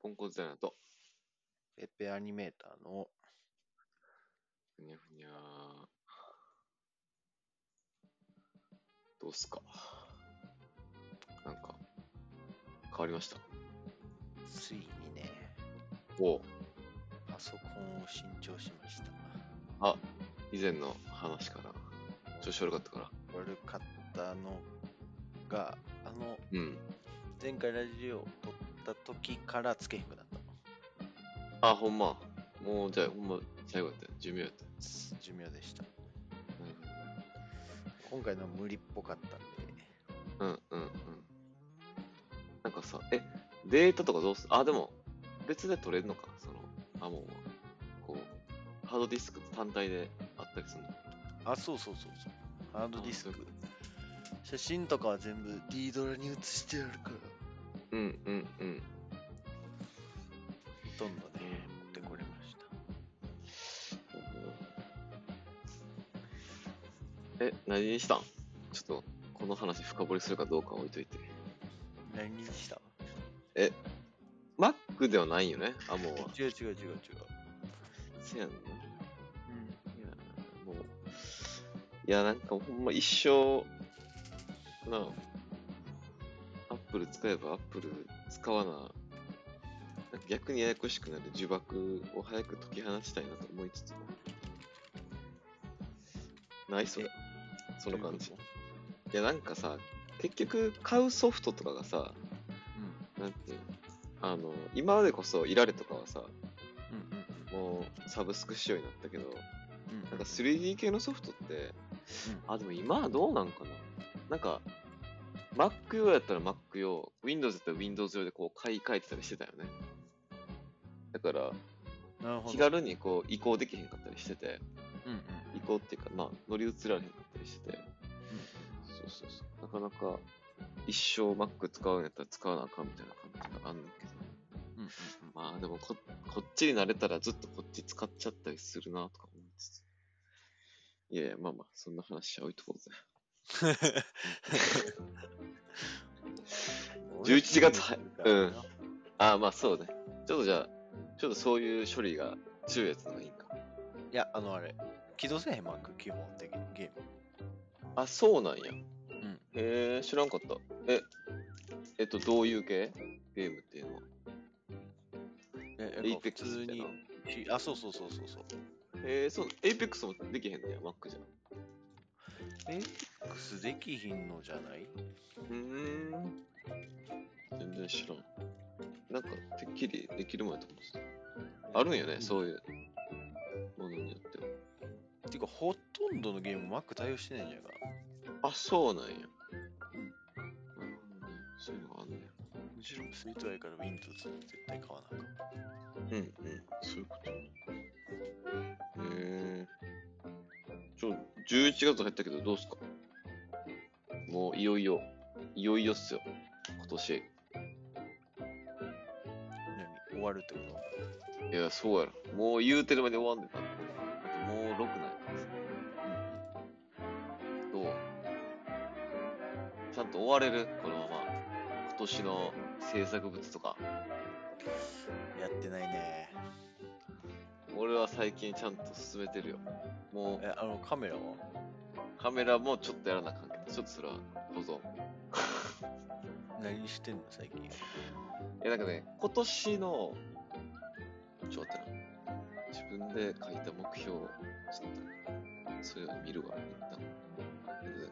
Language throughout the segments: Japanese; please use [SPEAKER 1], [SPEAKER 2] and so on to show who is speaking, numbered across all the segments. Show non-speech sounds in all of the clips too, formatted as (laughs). [SPEAKER 1] ポンコツだなと、
[SPEAKER 2] ペッペアニメーターの、
[SPEAKER 1] ふにゃふにゃー。どうっすかなんか、変わりました。
[SPEAKER 2] ついにね、
[SPEAKER 1] おう
[SPEAKER 2] パソコンを新調しました。
[SPEAKER 1] 以前の話から、調子悪かったから。
[SPEAKER 2] 悪かったのが、あの、
[SPEAKER 1] うん。
[SPEAKER 2] 前回ラジオを撮った時からつけへんくなったの。
[SPEAKER 1] あ、ほんま。もう、じゃあ、ほんま、最後やったよ。寿命やったよ。
[SPEAKER 2] 寿命でした。
[SPEAKER 1] うん
[SPEAKER 2] 今回のは無理っぽかったんで、
[SPEAKER 1] うんうんうん。なんかさ、え、データとかどうすあ、でも、別で取れるのか、その、アモンは。こう、ハードディスク単体であったりするの。
[SPEAKER 2] あ、そうそうそうそう。ハードディスク。写真とかは全部 D ドラに写してあるから、
[SPEAKER 1] うんうんうん。
[SPEAKER 2] ほとんどね、持ってこれました。
[SPEAKER 1] え、何にしたんちょっと、この話深掘りするかどうかは置いといて。
[SPEAKER 2] 何にした
[SPEAKER 1] Mac ではないよね、アモンは。
[SPEAKER 2] 違う違う違う違う。
[SPEAKER 1] せやんな。いやー、もう。いや、なんかほんま一生、なあ、アップル使えばアップル使わな、なんか逆にややこしくなる呪縛を早く解き放ちたいなと思いつつも。ないそれ。その感じ。いや、なんかさ、結局買うソフトとかがさ、
[SPEAKER 2] うん。
[SPEAKER 1] なんていうのあの、今までこそイラレとかはさ、
[SPEAKER 2] うんうん
[SPEAKER 1] もうサブスク仕様になったけど、
[SPEAKER 2] うん。
[SPEAKER 1] なんか 3D 系のソフトって、
[SPEAKER 2] う
[SPEAKER 1] あ、でも今はどうなんかななんか、Mac 用やったら Mac 用、Windows だったら Windows 用でこう買い替えてたりしてたよね。だから、
[SPEAKER 2] なるほど。
[SPEAKER 1] 気軽にこう移行できへんかったりしてて、
[SPEAKER 2] うんうん。
[SPEAKER 1] 移行っていうか、まあ、乗り移られへんかったりしてて、そうそうそう。なかなか、一生 Mac 使うんやったら使わなあかんみたいな感じがあんねんけど。
[SPEAKER 2] うんうん
[SPEAKER 1] まあでもこ、こっちに慣れたらずっとこっち使っちゃったりするなとか思いつつ。いやいや、まあまあ、そんな話は置いとこうぜ。
[SPEAKER 2] うん。
[SPEAKER 1] 11月は
[SPEAKER 2] うん。
[SPEAKER 1] ああ、まあそうね。ちょっとじゃあ、ちょっとそういう処理が強いやつの方がいいんか。
[SPEAKER 2] いや、あのあれ、起動せえへん、マック、基本的にゲーム。
[SPEAKER 1] あ、そうなんや。
[SPEAKER 2] ん
[SPEAKER 1] へえ、知らんかった。え、えっと、どういう系ゲームっていうのは。
[SPEAKER 2] え、
[SPEAKER 1] エイペックス
[SPEAKER 2] 普通
[SPEAKER 1] みたい
[SPEAKER 2] に
[SPEAKER 1] な。。
[SPEAKER 2] きあ、そうそうそうそうそう。
[SPEAKER 1] えー、そう、エイペックスもできへんねや、Mac じゃん。
[SPEAKER 2] エイペックスできひんのじゃない
[SPEAKER 1] うん。全然知らん。なんか、てっきりできるもんやと思ってた。あるんよね、そういうものによっては。
[SPEAKER 2] ていうか、ほとんどのゲーム、マック対応してないんじゃないかな。
[SPEAKER 1] あ、そうなんや。
[SPEAKER 2] うん
[SPEAKER 1] なるほどね。そういうのがあんねや。
[SPEAKER 2] むしろ、スイートアイから Windows に絶対買わなあかん。
[SPEAKER 1] うんうん、そういうこと。へえー。ちょ、11月入ったけどどうすかもういよいよ、いよいよっすよ。今年。い
[SPEAKER 2] 何終わるってこと
[SPEAKER 1] や、そうやろ。もう言うてるまで終わんでた。あともう6ない。どうちゃんと終われるこのまま。今年の制作物とか。
[SPEAKER 2] やってないね。
[SPEAKER 1] 俺は最近ちゃんと進めてるよ。もう
[SPEAKER 2] え、あの、カメラは
[SPEAKER 1] カメラもちょっとやらなあかんけど、ちょっとそれは保存。
[SPEAKER 2] 何してんの、最近。。
[SPEAKER 1] え、なんかね、今年の、ちょっと待ってな。自分で書いた目標、ちょっと、それを見るわ、一旦。えっとね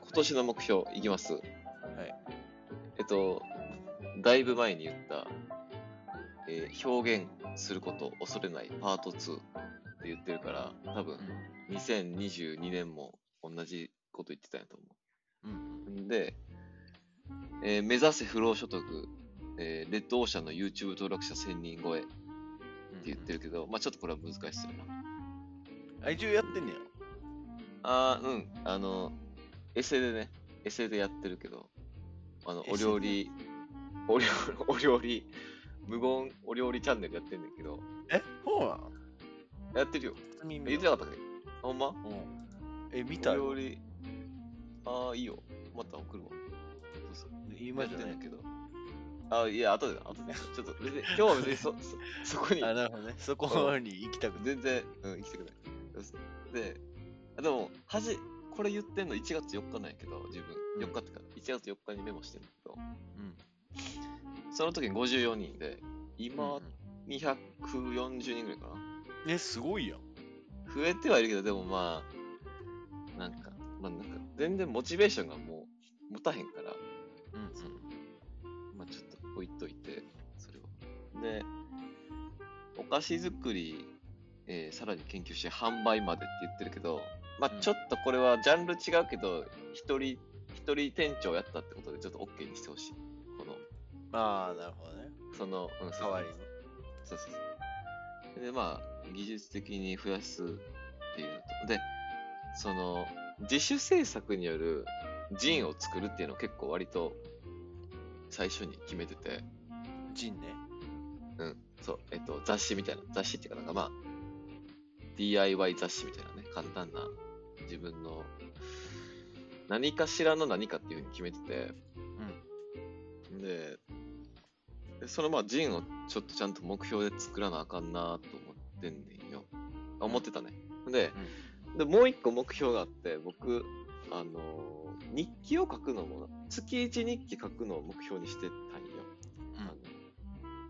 [SPEAKER 1] 今年の目標、いきます。はいえっと、だいぶ前に言った、えー表現することを恐れないパート2って言ってるから、多分、2022年も同じこと言ってたんやと思う。
[SPEAKER 2] うん。
[SPEAKER 1] で、えー目指せ不労所得、えーレッドオーシャンの YouTube 登録者1000人超えって
[SPEAKER 2] うん。
[SPEAKER 1] 言ってるけど、まあちょっとこれは難しすぎるな。
[SPEAKER 2] あ、一応やってんねや。
[SPEAKER 1] あー、うん、あの、エセでね、エセでやってるけど、あの、
[SPEAKER 2] エセで
[SPEAKER 1] お料理、お料 (laughs) 理、お料理、無言お料理チャンネルやってんだけど、
[SPEAKER 2] え、そうなん
[SPEAKER 1] やってるよ。
[SPEAKER 2] 初耳
[SPEAKER 1] 言
[SPEAKER 2] や
[SPEAKER 1] ってなかったっけほんま
[SPEAKER 2] うん。え、見た
[SPEAKER 1] お料
[SPEAKER 2] よ
[SPEAKER 1] 理、ああ、いいよ。また送るわ。そうそう。
[SPEAKER 2] 今じゃ
[SPEAKER 1] や
[SPEAKER 2] な
[SPEAKER 1] って
[SPEAKER 2] い
[SPEAKER 1] んだけど。あ、いや、後でな、後で。ちょっと、別に、今日は別にそ、そ、そこに、
[SPEAKER 3] あ、なるほどね。そこに行きたくない。
[SPEAKER 1] 全然、うん、行きたくない。で、あでも、はじ、これ言ってんの1月4日なんやけど、自分、
[SPEAKER 3] うん
[SPEAKER 1] 4日ってか、1月4日にメモしてんだけど、
[SPEAKER 3] うん。
[SPEAKER 1] その時に54人で、今
[SPEAKER 3] うん、
[SPEAKER 1] 240人ぐらいかな。
[SPEAKER 3] うんえ、すごいやん。
[SPEAKER 1] 増えてはいるけど、でもまあ、なんか、まあなんか、全然モチベーションがもう、持たへんから、
[SPEAKER 3] うんうん。
[SPEAKER 1] そうまあちょっと置いといて、それを。で、お菓子作り、えーさらに研究して販売までって言ってるけど、ま
[SPEAKER 3] う
[SPEAKER 1] あ
[SPEAKER 3] ん
[SPEAKER 1] ちょっとこれはジャンル違うけど、一人、一人店長やったってことでちょっと OK にしてほしい。この、
[SPEAKER 3] ああ、なるほどね。
[SPEAKER 1] その、うん、そう
[SPEAKER 3] 代わりに。
[SPEAKER 1] そうそうそう。で、まあ、技術的に増やすっていうのと、で、その、自主制作によるジンを作るっていうのを結構割と最初に決めてて、
[SPEAKER 3] ジンね。
[SPEAKER 1] そう、えっと、雑誌みたいな、雑誌っていうか、なんかまあ、DIY 雑誌みたいなね、簡単な自分の何かしらの何かっていうふうに決めてて、で、でそのまあ、ジンをちょっとちゃんと目標で作らなあかんなと思ってんねんよ。あ思ってたね。で、でもう一個目標があって、僕、あのー日記を書くのも、月一日記書くのを目標にしてたんよ。
[SPEAKER 3] うん。
[SPEAKER 1] あの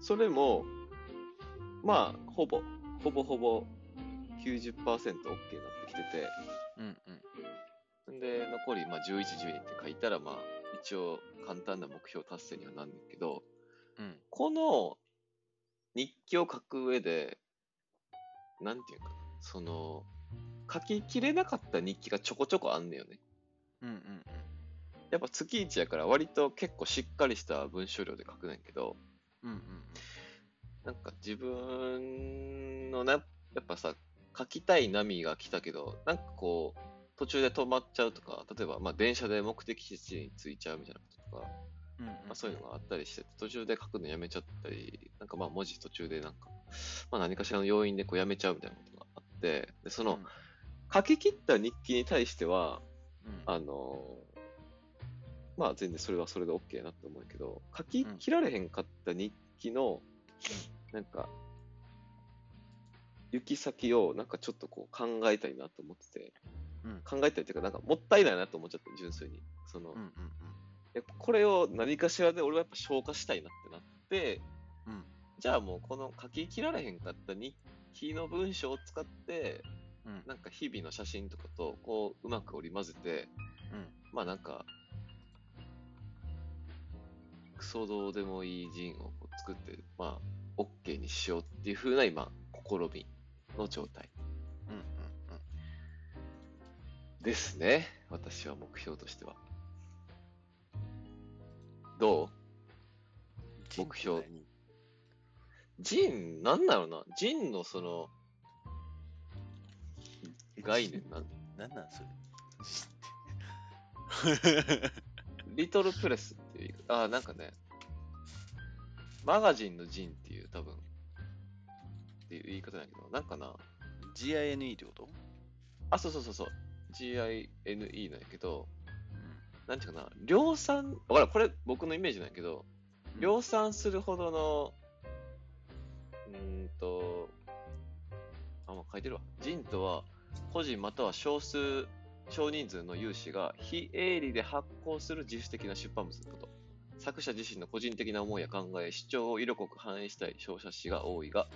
[SPEAKER 1] それも、まあ、ほぼ、ほぼほぼ 90%OK になってきて
[SPEAKER 3] うんうん。
[SPEAKER 1] て、んで、残り、まあ、11、12って書いたら、まあ、一応、簡単な目標達成にはなんねんけど、
[SPEAKER 3] うん。
[SPEAKER 1] この日記を書く上で、なんていうかな、その、書ききれなかった日記がちょこちょこあんねんよね。
[SPEAKER 3] うんうん
[SPEAKER 1] やっぱ月1やから割と結構しっかりした文章量で書くねんけど、
[SPEAKER 3] うん。うんうん。
[SPEAKER 1] なんか自分のな、やっぱさ、書きたい波が来たけど、なんかこう、途中で止まっちゃうとか、例えば、まあ、電車で目的地に着いちゃうみたいなこととか、
[SPEAKER 3] うん
[SPEAKER 1] まあ、そういうのがあったりして、途中で書くのやめちゃったり、なんかまあ文字途中でなんか、まあ何かしらの要因でこうやめちゃうみたいなことがあって、でその、書き切った日記に対しては、
[SPEAKER 3] うん
[SPEAKER 1] あのーまあ全然それはそれで OK なって思うけど、書き切られへんかった日記の、なんか、行き先をなんかちょっとこう考えたいなと思ってて、
[SPEAKER 3] うん
[SPEAKER 1] 考えたいっていうかなんかもったいないなと思っちゃって、純粋に。その、
[SPEAKER 3] うんうん
[SPEAKER 1] やっぱこれを何かしらで俺はやっぱ消化したいなってなって、
[SPEAKER 3] うんうん
[SPEAKER 1] じゃあもうこの書き切られへんかった日記の文章を使って、
[SPEAKER 3] うん
[SPEAKER 1] なんか日々の写真とかとこううまく織り交ぜて、
[SPEAKER 3] うん
[SPEAKER 1] まあなんか、クソどうでもいいジンをこう作って、まあ、OK にしようっていう風な今、試みの状態
[SPEAKER 3] うんうん
[SPEAKER 1] ですね。私は目標としては。
[SPEAKER 3] う
[SPEAKER 1] ど
[SPEAKER 3] ん
[SPEAKER 1] 目標うジン、なんだろうなジンのその概念なん
[SPEAKER 3] 何なんそれ
[SPEAKER 1] リトルプレスっていう、あー、なんかね、マガジンのジンっていう、多分っていう言い方だけど、なんかな、
[SPEAKER 3] GINE ってこと
[SPEAKER 1] あ、そうそうそうそう、GINE なんやけど、なんていうかな、量産、ほら、これ僕のイメージなんやけど、量産するほどの、うーんと、あ、もう書いてるわ。人とは、個人または少数、少人数の有志が非営利で発行する自主的な出版物のこと。作者自身の個人的な思いや考え、主張を色濃く反映したい商社誌が多いが、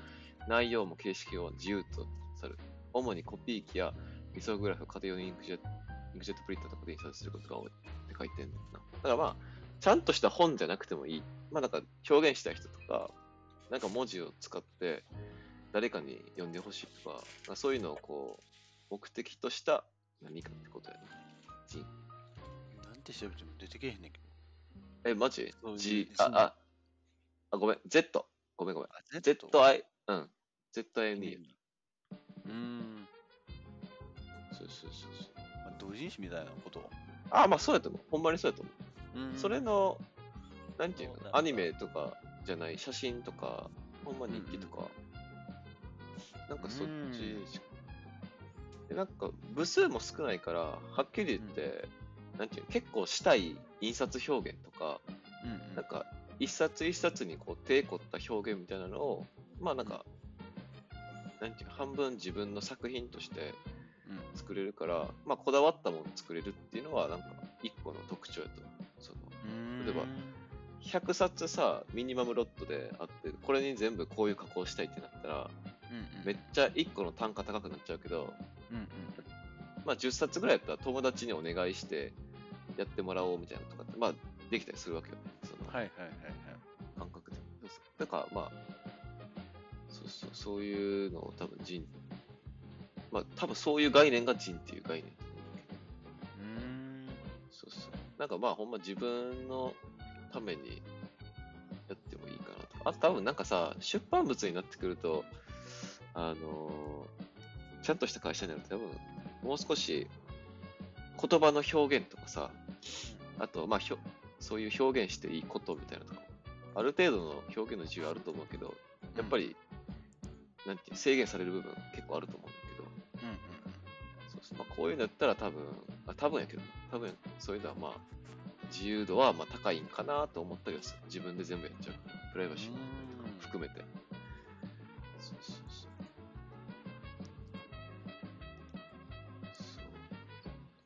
[SPEAKER 1] 内容も形式を自由とさる。主にコピー機やミソグラフ、家庭用のインクジェット、インクジェットプリンターとかで印刷することが多いって書いてんだよな。だからまあ、ちゃんとした本じゃなくてもいい。まあなんか表現したい人とか、なんか文字を使って誰かに読んでほしいとか、まあ、そういうのをこう、目的とした何かってことやな。
[SPEAKER 3] なんて調べても出てけへんねんけど
[SPEAKER 1] え、マジ
[SPEAKER 3] そういう
[SPEAKER 1] ?G、
[SPEAKER 3] 人
[SPEAKER 1] あ、あ、あ、ごめん、Z。ごめんごめん。
[SPEAKER 3] あ Z
[SPEAKER 1] ZI、うん。ZINE。
[SPEAKER 3] うーん、
[SPEAKER 1] そうそうそうそう。
[SPEAKER 3] まあ、同人誌みたいなこと
[SPEAKER 1] あ、まあそうやと思う。ほんまにそうやと思う。
[SPEAKER 3] うん
[SPEAKER 1] それの、なんていう
[SPEAKER 3] そうなん
[SPEAKER 1] の
[SPEAKER 3] だ
[SPEAKER 1] アニメとかじゃない、写真とか、ほんま日記とか、なんかそっちしか、でなんか部数も少ないから、はっきり言って、なんていうの結構したい印刷表現とか、
[SPEAKER 3] うんうん
[SPEAKER 1] なんか一冊一冊にこう手凝った表現みたいなのをまあなんか、なんていうか半分自分の作品として
[SPEAKER 2] うん
[SPEAKER 1] 作れるから、まあ、こだわったもの作れるっていうのはなんか一個の特徴やとその例えば100冊さミニマムロットであってこれに全部こういう加工したいってなったらめっちゃ1個の単価高くなっちゃうけど、
[SPEAKER 2] うんうん
[SPEAKER 1] まあ、10冊ぐらいやったら友達にお願いしてやってもらおうみたいなのとかって、まあ、できたりするわけよねその
[SPEAKER 2] はいはいはいはい
[SPEAKER 1] 感覚で。そうそうだからまあそうそうそういうのを多分人まあ多分そういう概念が人っていう概念
[SPEAKER 2] うーん
[SPEAKER 1] そうそう。なんかまあほんま自分のためにやってもいいかなと。あと多分なんかさ、出版物になってくると、あのーちゃんとした会社になると多分もう少し言葉の表現とかさ、あとまあひょそういう表現していいことみたいなとか、ある程度の表現の自由あると思うけど、やっぱり、なんていう制限される部分結構あると思うんだけど、
[SPEAKER 2] うんうん
[SPEAKER 1] そうそうまあ、こういうのやったら多分、あ多分やけど、多分そういうのはまあ、自由度はまあ高いんかなと思ったりはする。自分で全部やっちゃうから。プライバシー
[SPEAKER 2] うん
[SPEAKER 1] 含めて。そうそうそう。そ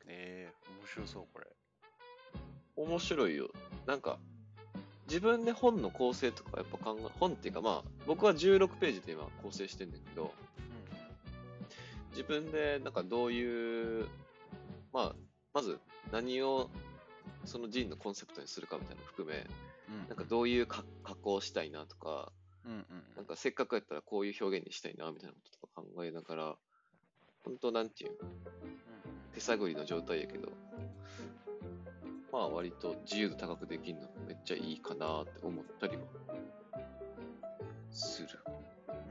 [SPEAKER 2] ええ面白そうこれ
[SPEAKER 1] う面白いよ。なんか、自分で本の構成とかやっぱ考え、本っていうかまあ、僕は16ページで今構成してんだけど、自分でなんかどういう、まあ、まず何をその人のコンセプトにするかみたいなの含め、
[SPEAKER 2] うんうん
[SPEAKER 1] なんかどういうか加工したいなとか、
[SPEAKER 2] うんうん
[SPEAKER 1] なんかせっかくやったらこういう表現にしたいなみたいなこととか考えながら、本当なんていうの手探りの状態やけど、まあ割と自由度高くできるのめっちゃいいかなって思ったりはする。
[SPEAKER 2] うんうんうんうん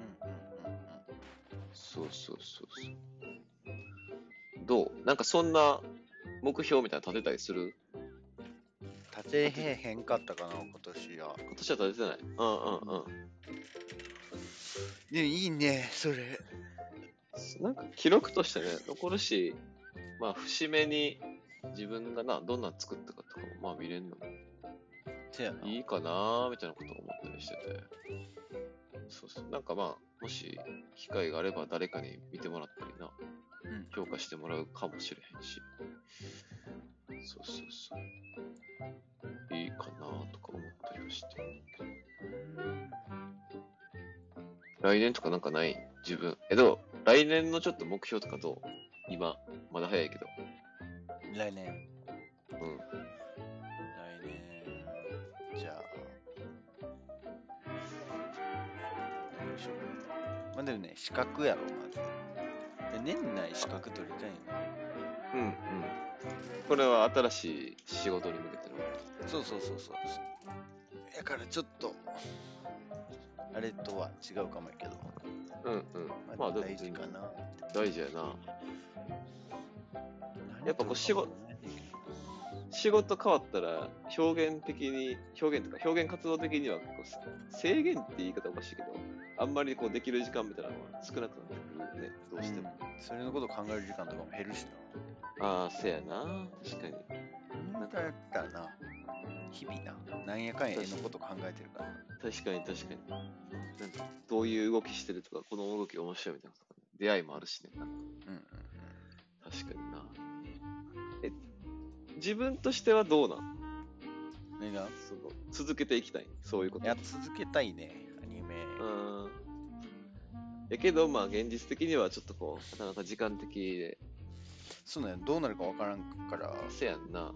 [SPEAKER 1] そうそうそうそう。どうなんかそんな目標みたいなの立てたりする
[SPEAKER 2] 立てへんへんかったかな今年は
[SPEAKER 1] 今年は立ててない。うんうんうん。
[SPEAKER 2] ねいいねそれ
[SPEAKER 1] なんか記録としてね、残るし、まあ節目に自分がな、どんなの作ったかとかもまあ見れるのも
[SPEAKER 2] せやない
[SPEAKER 1] いかなーみたいなことを思ったりしてて。そうそう。なんかまあ、もし機会があれば誰かに見てもらったりな、
[SPEAKER 2] うん
[SPEAKER 1] 評価してもらうかもしれへんし。そうそうそう。いいかなーとか思ったりはして。来年とかなんかない自分。え、どう来年のちょっと目標とかどう今、まだ早いけど。
[SPEAKER 2] 来年
[SPEAKER 1] うん。
[SPEAKER 2] 来年じゃあ何しようかなまあでもね資格やろまずで年内資格取りたいな
[SPEAKER 1] うんうん。これは新しい仕事に向けての。
[SPEAKER 2] そうそうそうそうだからちょっとあれとは違うかもやけど、
[SPEAKER 1] うんうん。ま
[SPEAKER 2] まあ、
[SPEAKER 1] あ、でも
[SPEAKER 2] 大事かな
[SPEAKER 1] 大事やな。やっぱこう仕事仕事変わったら表現的に、表現とか表現活動的には結構制限って言い方おかしいけど、あんまりこうできる時間みたいなのは少なくなってくるね、どうしても。
[SPEAKER 2] うんそれのことを考える時間とかも減るし
[SPEAKER 1] ああ、せやな。確かに。
[SPEAKER 2] な。なんかやったらな、日々な、なんやかんや絵のこと考えてるから。
[SPEAKER 1] 確かに確かに。なんかどういう動きしてるとか、この動き面白いみたいなことか、出会いもあるしね。
[SPEAKER 2] うんうんうん。
[SPEAKER 1] 確かにな。え、自分としてはどうなん
[SPEAKER 2] 何が
[SPEAKER 1] その続けていきたい。そういうこと。
[SPEAKER 2] いや、続けたいね、アニメ。
[SPEAKER 1] うん。やけど、まあ、現実的にはちょっとこう、なかなか時間的で、
[SPEAKER 2] そうなんやどうなるかわからんから、
[SPEAKER 1] せやんな。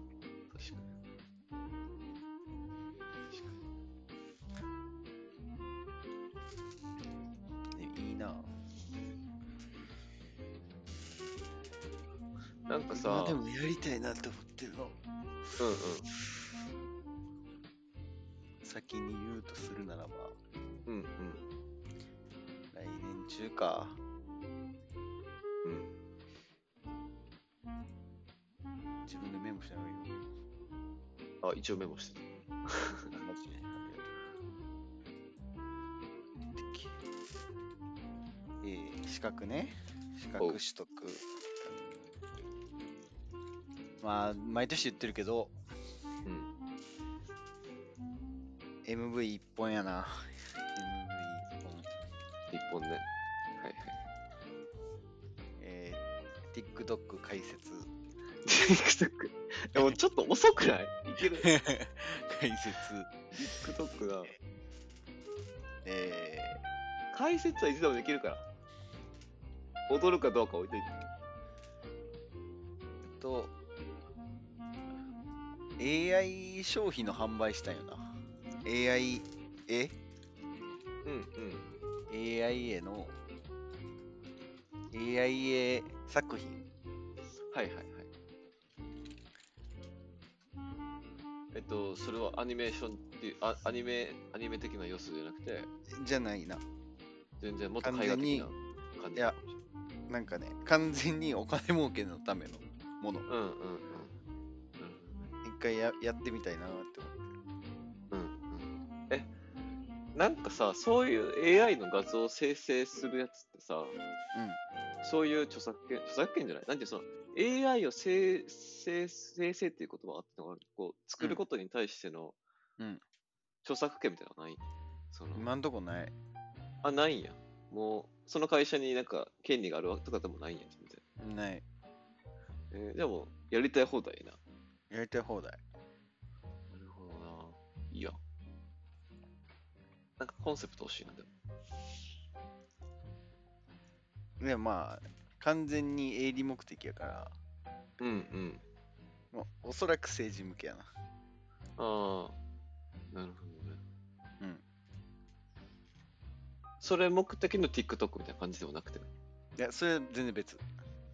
[SPEAKER 1] 確か
[SPEAKER 2] でいいな。
[SPEAKER 1] に。なんか
[SPEAKER 2] ま
[SPEAKER 1] さ
[SPEAKER 2] あ、でもやりたいなって思ってるの。
[SPEAKER 1] うんうん。
[SPEAKER 2] 先に言うとするならば、
[SPEAKER 1] うんうん。
[SPEAKER 2] 来年中か。
[SPEAKER 1] うん。
[SPEAKER 2] 自分でメモしながら言う。
[SPEAKER 1] あ、一応メモしてた。
[SPEAKER 2] マジで。ありがとうでっけえー資格ね。資格
[SPEAKER 1] おう
[SPEAKER 2] 取得。まあ、毎年言ってるけど、
[SPEAKER 1] うん。
[SPEAKER 2] MV 一本やな MV 一本
[SPEAKER 1] 一本ね。はいはい。 (laughs)
[SPEAKER 2] えー、TikTok 解 (laughs) 説
[SPEAKER 1] TikTok。でもちょっと遅くないいける。
[SPEAKER 2] 解説
[SPEAKER 1] TikTok な。
[SPEAKER 2] え
[SPEAKER 1] 解説はいつでもできるから。踊るかどうか置いといて。
[SPEAKER 2] ー、と AI 商品の販売したんよな AI え
[SPEAKER 1] うんうん。
[SPEAKER 2] AI への AI へ作品
[SPEAKER 1] はいはいはい。えっと、それはアニメーションっていう、あアニメ、アニメ的な要素じゃなくて、
[SPEAKER 2] じゃないな
[SPEAKER 1] 全然もっと絵画的な感じ。
[SPEAKER 2] 完全にいやなんかね完全にお金儲けのためのもの
[SPEAKER 1] うんうんうん。
[SPEAKER 2] 一回ややってみたいなって思って
[SPEAKER 1] うんうんうん。え、なんかさ、そういう AI の画像を生成するやつってさ、そういう著作権、著作権じゃないなんていうのその、AI を生成、生成っていう言葉があってのかなこう、作ることに対しての、
[SPEAKER 2] うん
[SPEAKER 1] 著作権みたいなのはないその
[SPEAKER 2] うん今んとこない
[SPEAKER 1] あ、ないんや。もう、その会社になんか権利があるわとかでもないんや、全然。
[SPEAKER 2] ない
[SPEAKER 1] えー、でも、やりたい放題な。
[SPEAKER 2] やりたい放題
[SPEAKER 1] なるほどな。いいや。なんかコンセプト欲しいな、でも。
[SPEAKER 2] でもまあ完全に営利目的やから
[SPEAKER 1] うんうん。
[SPEAKER 2] もうおそらく政治向けやな
[SPEAKER 1] ああ。なるほどね。
[SPEAKER 2] うん。
[SPEAKER 1] それ目的の TikTok みたいな感じでもなくて。
[SPEAKER 2] いやそれは全然別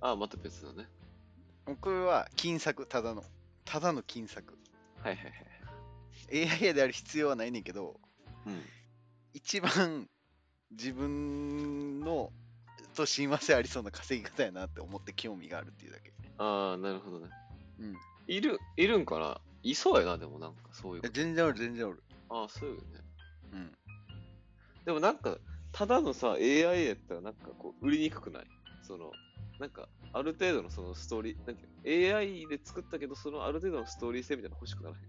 [SPEAKER 1] ああ、また別のね。
[SPEAKER 2] これは金策ただのただの金策
[SPEAKER 1] はいはいはい。
[SPEAKER 2] AI である必要はないねんけど
[SPEAKER 1] うん。
[SPEAKER 2] 一番自分のと親和性ありそうな稼ぎ方やなって思って興味があるっていうだけ
[SPEAKER 1] ああ、なるほどね。
[SPEAKER 2] うん
[SPEAKER 1] いる、いるんかないそうやな、でもなんかそういうこ
[SPEAKER 2] 全然おる全然おる
[SPEAKER 1] と。ああ、そうよね。
[SPEAKER 2] うん
[SPEAKER 1] でもなんか、ただのさ、AI やったらなんかこう、売りにくくないその、なんか、ある程度のそのストーリー、なんか AI で作ったけど、そのある程度のストーリー性みたいなの欲しくならへん。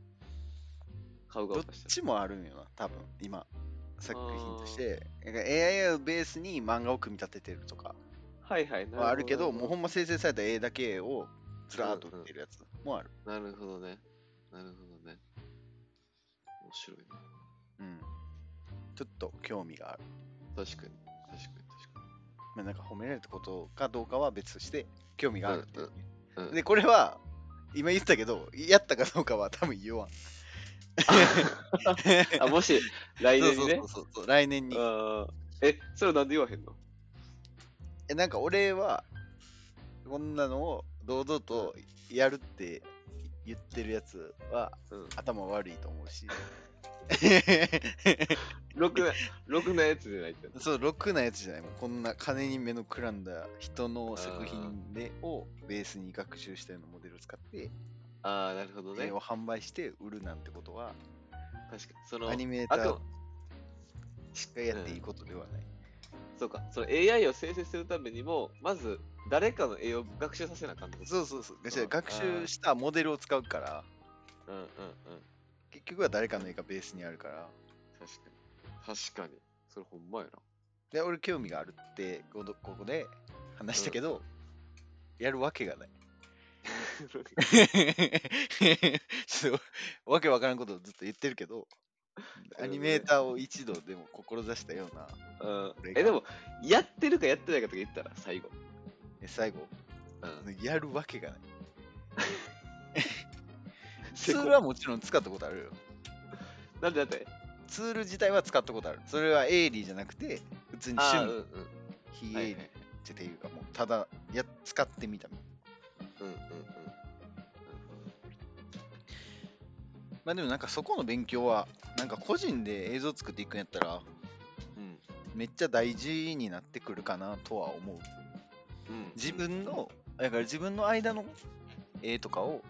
[SPEAKER 1] 買う
[SPEAKER 2] ど
[SPEAKER 1] 側
[SPEAKER 2] っ
[SPEAKER 1] として
[SPEAKER 2] ちもあるんよな多分今作品としてだから AI をベースに漫画を組み立ててるとか
[SPEAKER 1] は。はいはい。なほ
[SPEAKER 2] はあるけどもうほ
[SPEAKER 1] ん
[SPEAKER 2] んま生成された絵だけをずらーっと売ってるやつもある
[SPEAKER 1] なるほどね。なるほどね。面白いな。
[SPEAKER 2] うんちょっと興味がある
[SPEAKER 1] 確かに。確かに確か
[SPEAKER 2] まあ、なんか褒められたことかどうかは別として興味があるっていう、
[SPEAKER 1] うんうん
[SPEAKER 2] でこれは今言ったけどやったかどうかは多分言わん
[SPEAKER 1] に。あ、もし、来
[SPEAKER 2] そう
[SPEAKER 1] 年
[SPEAKER 2] そ
[SPEAKER 1] にね
[SPEAKER 2] うそう。そうそう来年に
[SPEAKER 1] あーえ、それなんで言わへんの
[SPEAKER 2] えなんか俺はこんなのを堂々とやるって言ってるやつは
[SPEAKER 1] うん。
[SPEAKER 2] 頭悪いと思
[SPEAKER 1] (laughs)
[SPEAKER 2] うし
[SPEAKER 1] ろくな、ろくなやつじゃないって。
[SPEAKER 2] そうロックなやつじゃないもうこんな金に目のくらんだ人の作品でをベースに学習したようなモデルを使って
[SPEAKER 1] ああ、なるほどね
[SPEAKER 2] 絵。を販売して売るなんてことは
[SPEAKER 1] 確かに。その、
[SPEAKER 2] アニメータ
[SPEAKER 1] あ
[SPEAKER 2] ー
[SPEAKER 1] と、
[SPEAKER 2] しかやっていいことではない。
[SPEAKER 1] そうか、その AI を生成するためにも、まず誰かの AI を学習させなあかんってこと
[SPEAKER 2] そうそうそう。だし
[SPEAKER 1] うん
[SPEAKER 2] 学
[SPEAKER 1] あー
[SPEAKER 2] 習したモデルを使うから、
[SPEAKER 1] うんうんうん。
[SPEAKER 2] 結局は誰かの絵がベースにあるから。
[SPEAKER 1] 確かに。確かに。それほんまやな。
[SPEAKER 2] で、俺興味があるってこのここで話したけど、やるわけがない。ちょっとわけわからんことをずっと言ってるけど、アニメーターを一度でも志したような、 (laughs)
[SPEAKER 1] うん
[SPEAKER 2] これが
[SPEAKER 1] え、でも、やってるかやってないかとか言ったら、最後。
[SPEAKER 2] え最後、
[SPEAKER 1] うん。
[SPEAKER 2] やるわけがない。ツ
[SPEAKER 1] せこ
[SPEAKER 2] ールはもちろん使ったことあるよ。
[SPEAKER 1] なんでだって。
[SPEAKER 2] ツール自体は使ったことある。それはエイリーじゃなくて、普通に
[SPEAKER 1] ああ、う
[SPEAKER 2] 趣
[SPEAKER 1] んう
[SPEAKER 2] 味、
[SPEAKER 1] ん。
[SPEAKER 2] 非
[SPEAKER 1] は
[SPEAKER 2] 営利
[SPEAKER 1] い
[SPEAKER 2] っ
[SPEAKER 1] はい。
[SPEAKER 2] ていうか、もうただや使ってみた。
[SPEAKER 1] うんうんうん。なる
[SPEAKER 2] まあでもなんかそこの勉強は、なんか個人で映像作っていくんやったら、
[SPEAKER 1] ほどうん。
[SPEAKER 2] めっちゃ大事になってくるかなとは思う。
[SPEAKER 1] うん。
[SPEAKER 2] 自分の、だから自分の間の絵とかを、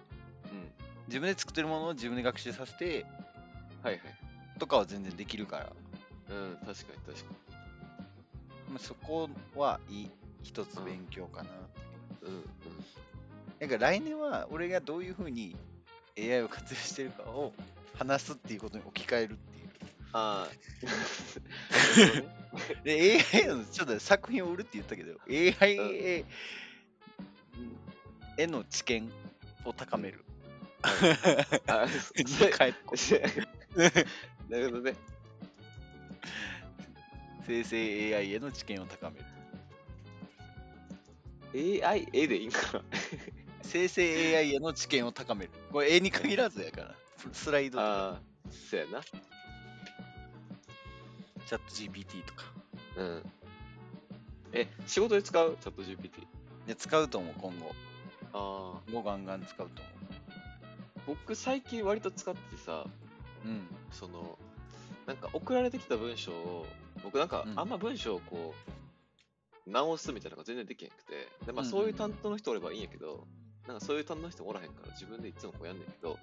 [SPEAKER 1] うん。
[SPEAKER 2] 自分で作ってるものを自分で学習させて
[SPEAKER 1] はいはい。
[SPEAKER 2] とかは全然できるから、
[SPEAKER 1] うん、確かに確か
[SPEAKER 2] まあ、そこはいい一つ勉強か
[SPEAKER 1] に。
[SPEAKER 2] な。
[SPEAKER 1] うんうん。
[SPEAKER 2] なんか来年は俺がどういうふうに AI を活用してるかを話すっていうことに置き換えるっていう。
[SPEAKER 1] ああ。
[SPEAKER 2] で、AI の、ちょっとね作品を売るって言ったけど、AI へへの知見を高める。
[SPEAKER 1] あ、(laughs)
[SPEAKER 2] 帰 (laughs)
[SPEAKER 1] そ
[SPEAKER 2] っこ
[SPEAKER 1] なるほどね。
[SPEAKER 2] 生成 AI への知見を高める。
[SPEAKER 1] AI 絵でいいん (laughs) かな。
[SPEAKER 2] 生成 AI への知見を高める。これ絵に限らずやから。スライドとか、
[SPEAKER 1] ああ、そうやな。
[SPEAKER 2] チャット GPT とか。
[SPEAKER 1] うん。え、仕事で使うチャット GPT。
[SPEAKER 2] で使うと思う、今後。
[SPEAKER 1] ああ。
[SPEAKER 2] もうガンガン使うと思
[SPEAKER 1] 僕最近割と使っててさ、
[SPEAKER 2] う。うん。
[SPEAKER 1] その、なんか送られてきた文章を、僕なんか
[SPEAKER 2] うん
[SPEAKER 1] あんま文章をこう、直すみたいなのが全然できへんくて、でまあ
[SPEAKER 2] うんうん
[SPEAKER 1] そういう担当の人おればいいんやけど、なんかそういう担当の人おらへんから自分でいつもこうやんねんけど、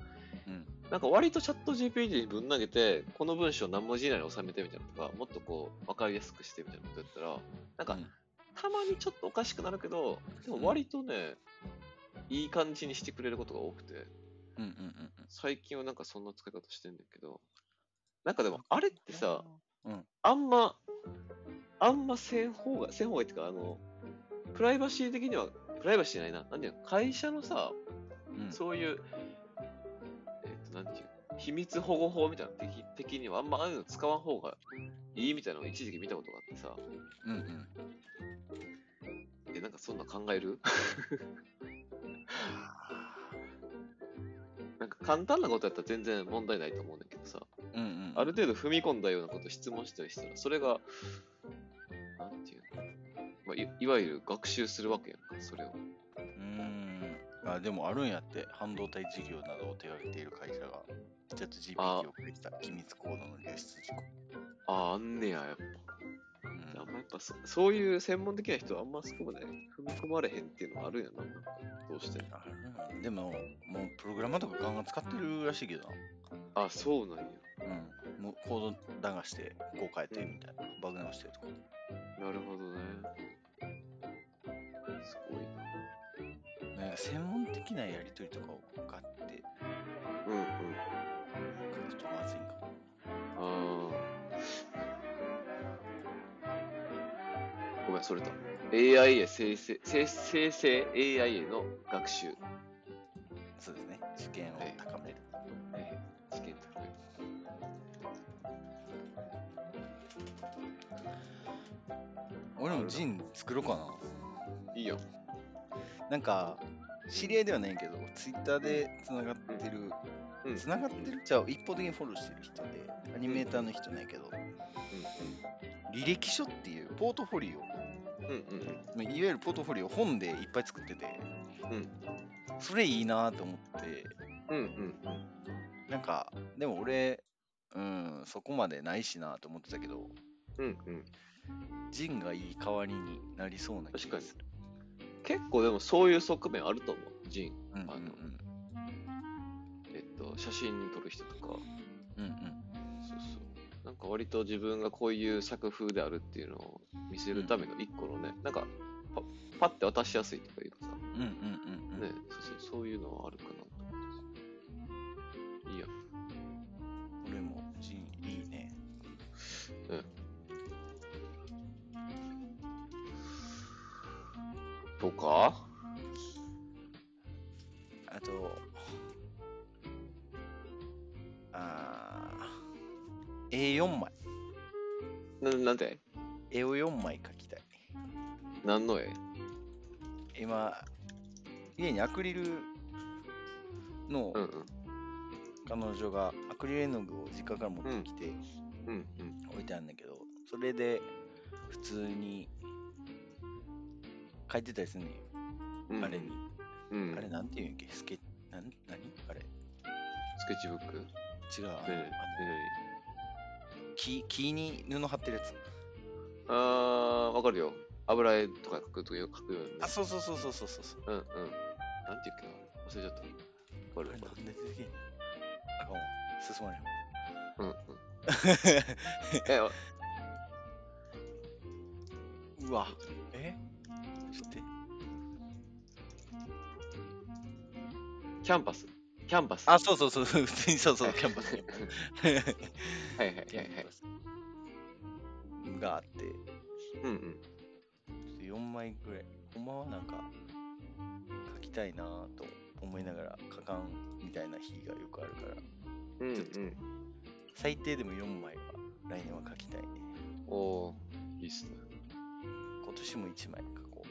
[SPEAKER 2] うん。
[SPEAKER 1] なんか割とチャット GPT にぶん投げて、この文章何文字以内に収めてみたいなとか、もっとこう、わかりやすくしてみたいなことやったら、なんか、
[SPEAKER 2] うん
[SPEAKER 1] たまにちょっとおかしくなるけど、でも割とね、いい感じにしてくれることが多くて、
[SPEAKER 2] うんうんうんうん。
[SPEAKER 1] 最近はなんかそんな使い方してんだけど、なんかでも、あれってさ、
[SPEAKER 2] うん
[SPEAKER 1] あんま、あんません方が、せん方がいいっていうか、あの、プライバシー的には、プライバシーじゃないな、なんていうの、会社のさ、
[SPEAKER 2] うん
[SPEAKER 1] そういう、えっ、と、なんていう、秘密保護法みたいな的的には、あんまああいうの使わん方がいいみたいなのを一時期見たことがあってさ、
[SPEAKER 2] うんうん。
[SPEAKER 1] え、なんかそんな考える (laughs) なんか簡単なことやったら全然問題ないと思うんだけどさ、
[SPEAKER 2] うんうん。
[SPEAKER 1] ある程度踏み込んだようなこと質問したりしたら、それが、なんていうの、まあい、いわゆる学習するわけやんか、それを。
[SPEAKER 2] うーん。あ、でもあるんやって。半導体事業などを手掛けている会社が、チャット GPT を送りした機密コードの流出事故。
[SPEAKER 1] ああ、あんねや、やっぱ。
[SPEAKER 2] うん
[SPEAKER 1] あんまやっぱそそういう専門的な人はあんまそこまで踏み込まれへんっていうのはあるんやな、なんかどうしても
[SPEAKER 2] あるんやでも、もうプログラマーとかガンガン使ってるらしいけど
[SPEAKER 1] あ、そうなんや。
[SPEAKER 2] な。うん。もうコード流して、こう変えてみたいな。バグ直してとか。
[SPEAKER 1] なるほどね。すごい
[SPEAKER 2] なんか専門的なやりとりとかをガッて
[SPEAKER 1] な。うんうん。
[SPEAKER 2] 書くとまずいんかも。
[SPEAKER 1] ああ。ごめん、それと。AI へ生成、生生成 AI への学習。
[SPEAKER 2] そうですね。知見を高める。
[SPEAKER 1] えー、試験とかね
[SPEAKER 2] 俺もジン作ろうかな。
[SPEAKER 1] いいよ。
[SPEAKER 2] なんか、知り合いではないけど、ツイッターでつながってる、
[SPEAKER 1] うん
[SPEAKER 2] つながってるじゃあ一方的にフォローしてる人で、アニメーターの人なんやけど、履歴書っていうポートフォリ
[SPEAKER 1] うんうんうん。
[SPEAKER 2] オ、まあいわゆるポートフォリオ、本でいっぱい作ってて、
[SPEAKER 1] うん
[SPEAKER 2] それいいなと思って、
[SPEAKER 1] うんうんうん。
[SPEAKER 2] なんか、でも俺、うん、そこまでないしなと思ってたけど、
[SPEAKER 1] うんうん。
[SPEAKER 2] ジンがいい代わりになりそうな気がする。
[SPEAKER 1] 結構でもそういう側面あると思う、ジン。
[SPEAKER 2] うんうん
[SPEAKER 1] えっと、写真撮る人とか。
[SPEAKER 2] うん。うんうん
[SPEAKER 1] そうそう。なんか割と自分がこういう作風であるっていうのを見せるための一個のね、なんかパパッて渡しやすいとかいうかさ、ね、
[SPEAKER 2] うんうんうんうん。
[SPEAKER 1] そうそうそういうのはあるかなと思っていいやん。
[SPEAKER 2] 俺もジンいいね。
[SPEAKER 1] とか
[SPEAKER 2] あと、あー、A4 枚、
[SPEAKER 1] ななんて
[SPEAKER 2] 絵を4枚描きたい。
[SPEAKER 1] 何の絵
[SPEAKER 2] 今、家にアクリルの
[SPEAKER 1] うんうん。
[SPEAKER 2] 彼女がアクリル絵の具を実家から持ってきて
[SPEAKER 1] うんうん。
[SPEAKER 2] 置いてあるんだけど、それで普通に描いてたりするねんよ、
[SPEAKER 1] うん、
[SPEAKER 2] あれに。
[SPEAKER 1] うん。
[SPEAKER 2] あれなんていうんやっけスケなん何あれ
[SPEAKER 1] スケッチブックね
[SPEAKER 2] 違う。あ
[SPEAKER 1] え
[SPEAKER 2] の
[SPEAKER 1] ねえ
[SPEAKER 2] 木木に布貼ってるやつ。
[SPEAKER 1] あー、わかるよ。油絵とか描くとよ描くようにね。
[SPEAKER 2] あ、そうそうそうそうそうそう。
[SPEAKER 1] うんうん。なんていうっけな忘れちゃった。わかる
[SPEAKER 2] あ
[SPEAKER 1] わ
[SPEAKER 2] れ
[SPEAKER 1] か
[SPEAKER 2] な
[SPEAKER 1] る。
[SPEAKER 2] んで出てけんのあかんわ進まれへん
[SPEAKER 1] うん
[SPEAKER 2] (laughs)
[SPEAKER 1] うん。え、わ
[SPEAKER 2] うわ。えちょっと待って。
[SPEAKER 1] キャンパス。キャンバス。
[SPEAKER 2] あ、そうそうそう、普通にそ
[SPEAKER 1] (laughs)
[SPEAKER 2] うそう、キャンパス。
[SPEAKER 1] はいはいはい
[SPEAKER 2] キ
[SPEAKER 1] はい
[SPEAKER 2] ャン。パスがあって、
[SPEAKER 1] うんうん。
[SPEAKER 2] 4枚ぐらい。ほんまはなんか、書きたいなぁと思いながら、書かんみたいな日がよくあるから、
[SPEAKER 1] うんう
[SPEAKER 2] ちょっと
[SPEAKER 1] ん。
[SPEAKER 2] 最低でも4枚は来年は書きたいね。
[SPEAKER 1] おおーいいっすね。
[SPEAKER 2] 今年も1枚書こ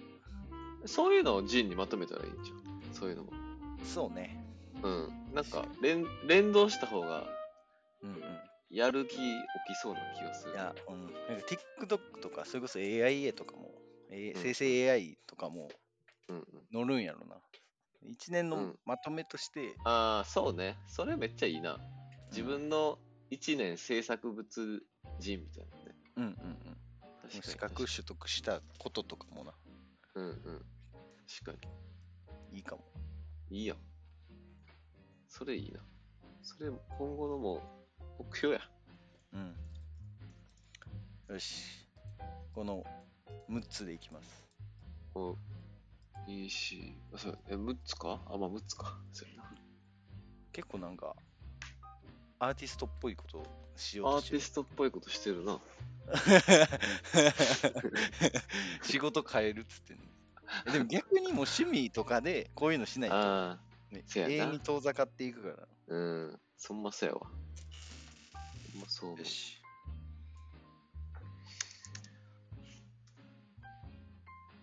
[SPEAKER 1] そういうのをジンにまとめたらいいんじゃん。そういうのも。
[SPEAKER 2] う。そうね。
[SPEAKER 1] うん。なんか、連連動した方が、
[SPEAKER 2] うんうん。
[SPEAKER 1] やる気起きそうな気がする。
[SPEAKER 2] いや、うん、なんか TikTok とか、それこそ AIA とかも、えー
[SPEAKER 1] うん
[SPEAKER 2] 生成 AI とかも
[SPEAKER 1] うんうん。
[SPEAKER 2] 乗るんやろな。1年
[SPEAKER 1] う
[SPEAKER 2] の
[SPEAKER 1] ん
[SPEAKER 2] まとめとして、
[SPEAKER 1] ああ、そうね。それめっちゃいいな。自分の一年制作物人みたいなね。
[SPEAKER 2] うんうんうん。
[SPEAKER 1] 確かに
[SPEAKER 2] 資
[SPEAKER 1] 確か
[SPEAKER 2] 格取得したこととかもな、
[SPEAKER 1] にうんうん。確か
[SPEAKER 2] いいかも。
[SPEAKER 1] に。いいやん。それいいな。それ、今後のもう目標や。
[SPEAKER 2] うん。よし。この6つでいきます。
[SPEAKER 1] お、いいし、あ、そう、え、6つかあ、まあ6つか。そうやな。
[SPEAKER 2] 結構なんか、アーティストっぽいことをしよ
[SPEAKER 1] ア
[SPEAKER 2] うと
[SPEAKER 1] ー
[SPEAKER 2] して
[SPEAKER 1] ティ
[SPEAKER 2] る。
[SPEAKER 1] ストっぽいことしてるな。
[SPEAKER 2] 仕事変えるっつってんのえでも逆にもう趣味とかでこういうのしないと、
[SPEAKER 1] ああ、
[SPEAKER 2] ね、
[SPEAKER 1] せやな
[SPEAKER 2] 永遠に遠ざかっていくから。
[SPEAKER 1] うん。そんまそうやわ。ほんまそう思う。
[SPEAKER 2] よし。
[SPEAKER 1] そうやなち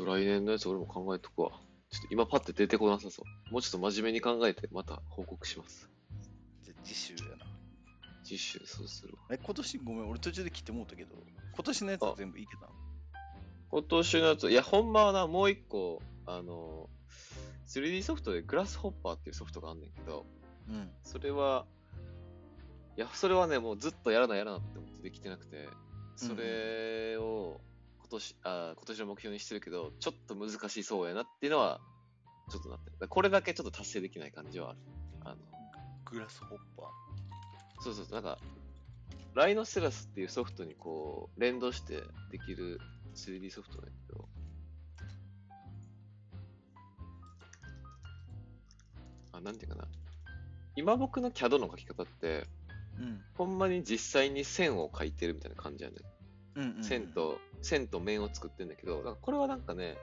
[SPEAKER 1] ょっと来年のやつ俺も考えとくわ。ちょっと今パッて出てこなさそう。もうちょっと真面目に考えてまた報告します。
[SPEAKER 2] じゃあ次週やな。
[SPEAKER 1] 次週そうするわ。
[SPEAKER 2] え、今年ごめん、俺途中で切ってもうたけど、今年のやつは全部いけたん
[SPEAKER 1] 今年のやつ、いや、ほんまはな、もう一個、あの、3D ソフトでグラスホッパーっていうソフトがあんねんけど、
[SPEAKER 2] うん。
[SPEAKER 1] それは、いや、それはね、もうずっとやらないやらないって思ってできてなくて、それを今年、あ今年の目標にしてるけど、ちょっと難しそうやなっていうのは、ちょっとなってる。だからこれだけちょっと達成できない感じはある。あの、
[SPEAKER 2] グラスホッパー。
[SPEAKER 1] そうそうそう、なんか、ライノセラスっていうソフトにこう、連動してできる 3D ソフトなんだけど、あ、なんていうかな。今僕の CAD の書き方って、
[SPEAKER 2] うん。
[SPEAKER 1] ほんまに実際に線を描いてるみたいな感じやね、
[SPEAKER 2] うんうんうん
[SPEAKER 1] ん。線。と、線と面を作ってんだけど、なんかこれはなんかね、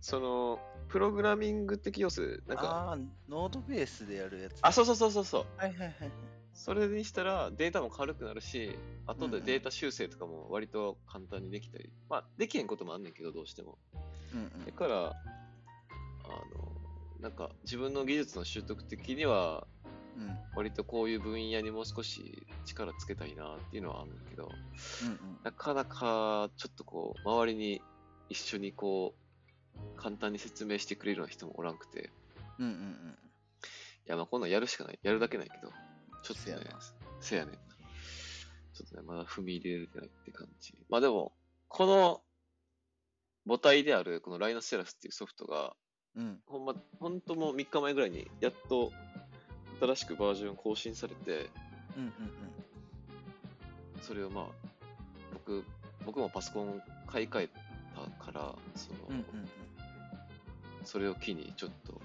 [SPEAKER 1] その、プログラミング的要素で、なんか、
[SPEAKER 2] ああー、ノードベースでやるやつ。
[SPEAKER 1] あ、そうそうそうそうそう。
[SPEAKER 2] はいはいはいはい。
[SPEAKER 1] それにしたらデータも軽くなるし、後
[SPEAKER 2] うんう
[SPEAKER 1] で
[SPEAKER 2] ん
[SPEAKER 1] データ修正とかも割と簡単にできたり、まあできへんこともあんねんけど、どうしても。
[SPEAKER 2] うん
[SPEAKER 1] だから、あの、なんか自分の技術の習得的には、
[SPEAKER 2] うん。うん
[SPEAKER 1] 割とこういう分野にもう少し力つけたいなっていうのはあるんだけど、
[SPEAKER 2] うん
[SPEAKER 1] なかなかちょっとこう、周りに一緒にこう、簡単に説明してくれるような人もおらんくて、
[SPEAKER 2] うんうんう
[SPEAKER 1] い
[SPEAKER 2] ん
[SPEAKER 1] や、まあ、こんなんやるしかない。やるだけないけど。ちょっとね
[SPEAKER 2] せやな、
[SPEAKER 1] せやねん。ちょっとね、まだ踏み入れれてないって感じ。まあでも、この母体である、このライナスセラスっていうソフトが、
[SPEAKER 2] うん。うん。
[SPEAKER 1] ほんま、ほんともう3日前ぐらいに、やっと新しくバージョン更新されて、
[SPEAKER 2] うんうん
[SPEAKER 1] それをまあ、僕、僕もパソコン買い替えたから、その、
[SPEAKER 2] うん。うんうんうん。
[SPEAKER 1] それを機にちょっと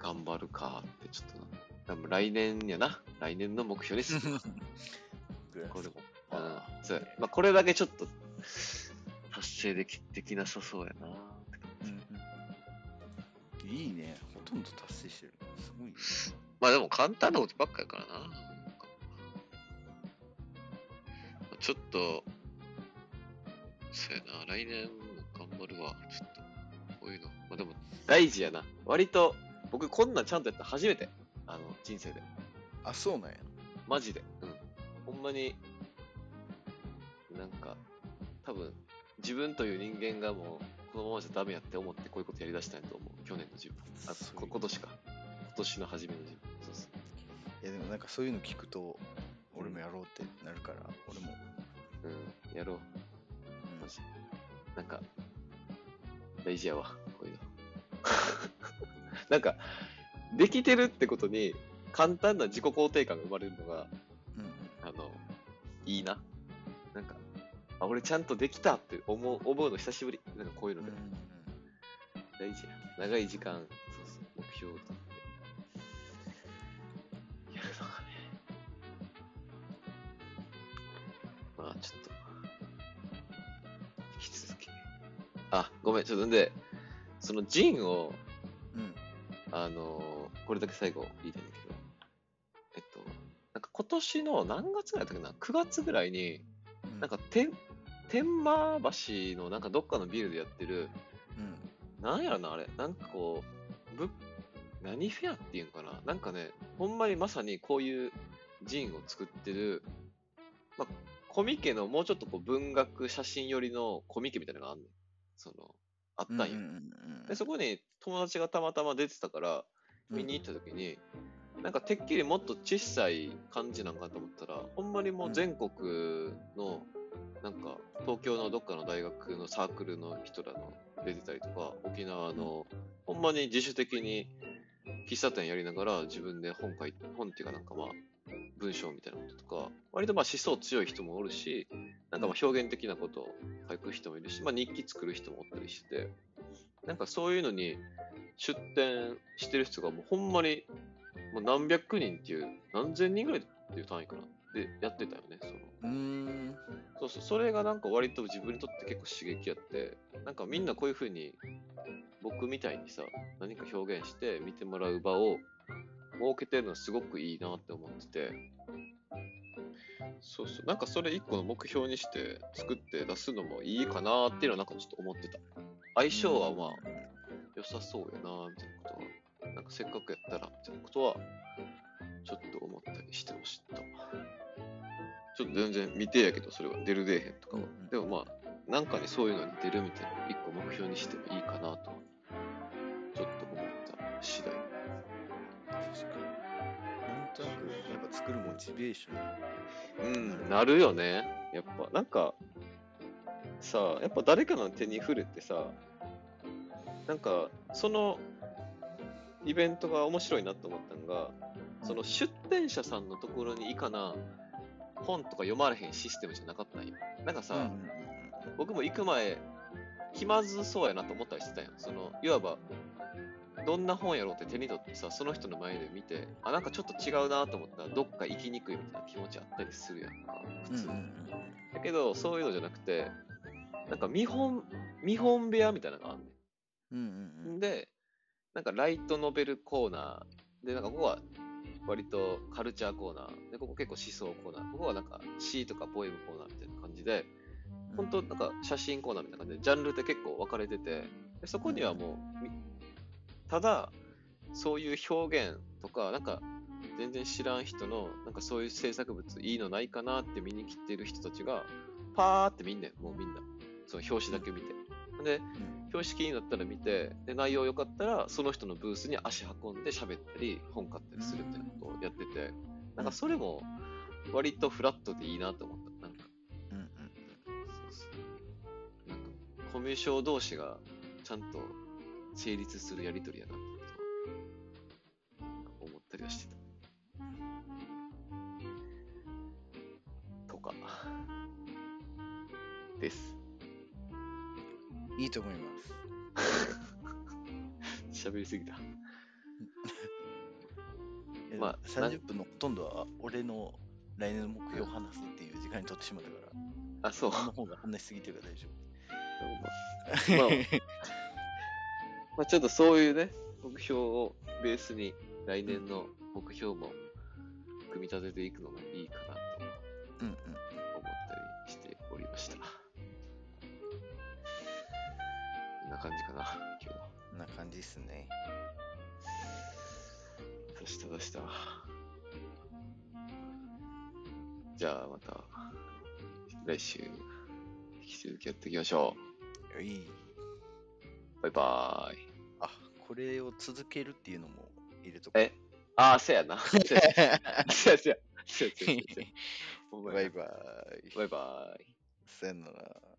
[SPEAKER 1] 頑張るかってちょっと多分来年やな来年の目標
[SPEAKER 2] (laughs)
[SPEAKER 1] です
[SPEAKER 2] グラスホ
[SPEAKER 1] これ
[SPEAKER 2] ッ
[SPEAKER 1] も
[SPEAKER 2] パ
[SPEAKER 1] うん
[SPEAKER 2] ー。
[SPEAKER 1] そうやまあこれだけちょっと達成できできなさそうやなって感
[SPEAKER 2] う
[SPEAKER 1] じ
[SPEAKER 2] んうんいいね。ほとんど達成してる。すごいね。
[SPEAKER 1] まあでも簡単なことばっかやからななんかちょっとそうやな来年も頑張るわちょっとこういうのまあでも大事やな割と僕こんなんちゃんとやったの初めてあの人生で
[SPEAKER 2] あ、そうなんや。
[SPEAKER 1] マジで。うん。ほんまに、なんか、多分、自分という人間がもう、このままじゃダメやって思ってこういうことやりだしたんやと思う。去年の自分。あ、
[SPEAKER 2] そういう
[SPEAKER 1] こ今年か。今年の初めの自分。そうそう。
[SPEAKER 2] いやでもなんかそういうの聞くと、俺もやろうってなるから、俺も。
[SPEAKER 1] うん。やろう。
[SPEAKER 2] うん
[SPEAKER 1] マジなんか、大事やわ。こういうの。 (laughs) なんか、できてるってことに、簡単な自己肯定感が生まれるのが、
[SPEAKER 2] うんうん
[SPEAKER 1] あの、いいな。なんか、あ、俺ちゃんとできたって思う、思うの久しぶり。なんかこういうの
[SPEAKER 2] うんう
[SPEAKER 1] で
[SPEAKER 2] ん。
[SPEAKER 1] 大事や。長い時間、そうしようと思って。やるのかね。まあ、ちょっと。引き続き。あ、ごめん、ちょっとんで、そのジンを、
[SPEAKER 2] うん。
[SPEAKER 1] あのーこれだけ最後言いたいんだけど、えっと、なんか今年の何月ぐらいだったっけな、9月ぐらいに、
[SPEAKER 2] うん
[SPEAKER 1] なんか、天、天満橋のなんかどっかのビルでやってる、
[SPEAKER 2] うん。
[SPEAKER 1] なんやろな、あれ。なんかこう、ぶ何フェアっていうんかな。なんかね、ほんまにまさにこういうジンを作ってる、まあ、コミケのもうちょっとこう文学写真寄りのコミケみたいなのがあんねん。その、あったんよ。
[SPEAKER 2] うんうんうん
[SPEAKER 1] で、そこに友達がたまたま出てたから、見に行った時に、なんかてっきりもっと小さい感じなんかと思ったら、ほんまにもう全国の、なんか東京のどっかの大学のサークルの人らの出てたりとか、沖縄の、ほんまに自主的に喫茶店やりながら自分で本書い本っていうかなんかまあ、文章みたいなこととか、割とまあ思想強い人もおるし、なんかまあ表現的なことを書く人もいるし、まあ日記作る人もおったりしてて、なんかそういうのに出展してる人がもうほんまにもう何百人っていう、何千人ぐらいっていう単位かなでやってたよね、その。
[SPEAKER 2] うーん。
[SPEAKER 1] そうそう、それがなんか割と自分にとって結構刺激やって、なんかみんなこういう風に、僕みたいにさ、何か表現して見てもらう場を設けてるのはすごくいいなって思ってて、そうそう、なんかそれ一個の目標にして作って出すのもいいかなっていうのはなんかちょっと思ってた。相性はまあ良さそうやなみたいなことは、なんかせっかくやったらみたいなことは、ちょっと思ったりしてました。ちょっと全然未定やけど、それは出る出えへんとかは
[SPEAKER 2] うんうん。
[SPEAKER 1] でもまあ、なんかにそういうのに出るみたいなのを一個目標にしてもいいかなと、ちょっと思った次第。
[SPEAKER 3] 確かに。なんとなく、やっぱ作るモチベーション。
[SPEAKER 1] うん、なるよね。やっぱ、なんか、さあ、やっぱ誰かの手に触れてさ、なんか、そのイベントが面白いなと思ったのが、その出展者さんのところにいかな、本とか読まれへんシステムじゃなかったんよ。なんかさ、
[SPEAKER 2] うん
[SPEAKER 1] 僕も行く前、気まずそうやなと思ったりしてたんよ。その、いわば、どんな本やろうって手に取ってさ、その人の前で見て、あ、なんかちょっと違うなと思ったら、どっか行きにくいみたいな気持ちあったりするやんか、普
[SPEAKER 2] うん
[SPEAKER 1] 通。
[SPEAKER 2] うん
[SPEAKER 1] だけど、そういうのじゃなくて、なんか見本、見本部屋みたいなのがあんねん。
[SPEAKER 2] うんうんうん。
[SPEAKER 1] で、なんかライトノベルコーナーで、なんかここは割とカルチャーコーナー、で、ここ結構思想コーナー、ここはなんか詩とかポエムコーナーみたいな感じで、本当なんか写真コーナーみたいな感じで、ジャンルって結構分かれてて、でそこにはもう、みただ、そういう表現とか、なんか全然知らん人の、なんかそういう制作物いいのないかなって見に来てる人たちが、パーって見んねん、もうみんな。その表紙だけ見て。で、標識になったら見てで内容良かったらその人のブースに足運んで喋ったり本買ったりするみたいなことをやっててなんかそれも割とフラットでいいなと思ったなんか
[SPEAKER 2] うんうん
[SPEAKER 1] そうそうなんかコミュ障同士がちゃんと成立するやりとりやなってことはなんか思ったりはしてたとかです
[SPEAKER 2] うんいいと思います。
[SPEAKER 1] 喋りすぎた
[SPEAKER 3] いや
[SPEAKER 1] まあ
[SPEAKER 3] 30分のほとんどは俺の来年の目標を話すっていう時間に取ってしまった
[SPEAKER 2] (laughs)
[SPEAKER 3] から、
[SPEAKER 1] あそう
[SPEAKER 3] この方が話しすぎてるから大丈
[SPEAKER 1] まあ
[SPEAKER 3] 夫。
[SPEAKER 1] まあ、ちょっとそういうね、目標をベースに来年の目標も組み立てていくのもいいかな
[SPEAKER 2] うんうん。
[SPEAKER 1] と思ったりしておりました。こんな感じかな、今日は。
[SPEAKER 2] こんな感じですね。
[SPEAKER 1] 出した出した。じゃあまた来週引き続きやっていきましょ。
[SPEAKER 2] よいう
[SPEAKER 1] バイバーイ。
[SPEAKER 3] あ、これを続けるっていうのも入れとこ (laughs)
[SPEAKER 1] えああ、せやな。せやせやせやせやせやせやせやせや。ほんま
[SPEAKER 2] バ
[SPEAKER 1] や
[SPEAKER 2] イ
[SPEAKER 1] な
[SPEAKER 2] バイ。
[SPEAKER 1] バイバーイ。
[SPEAKER 2] さよなら。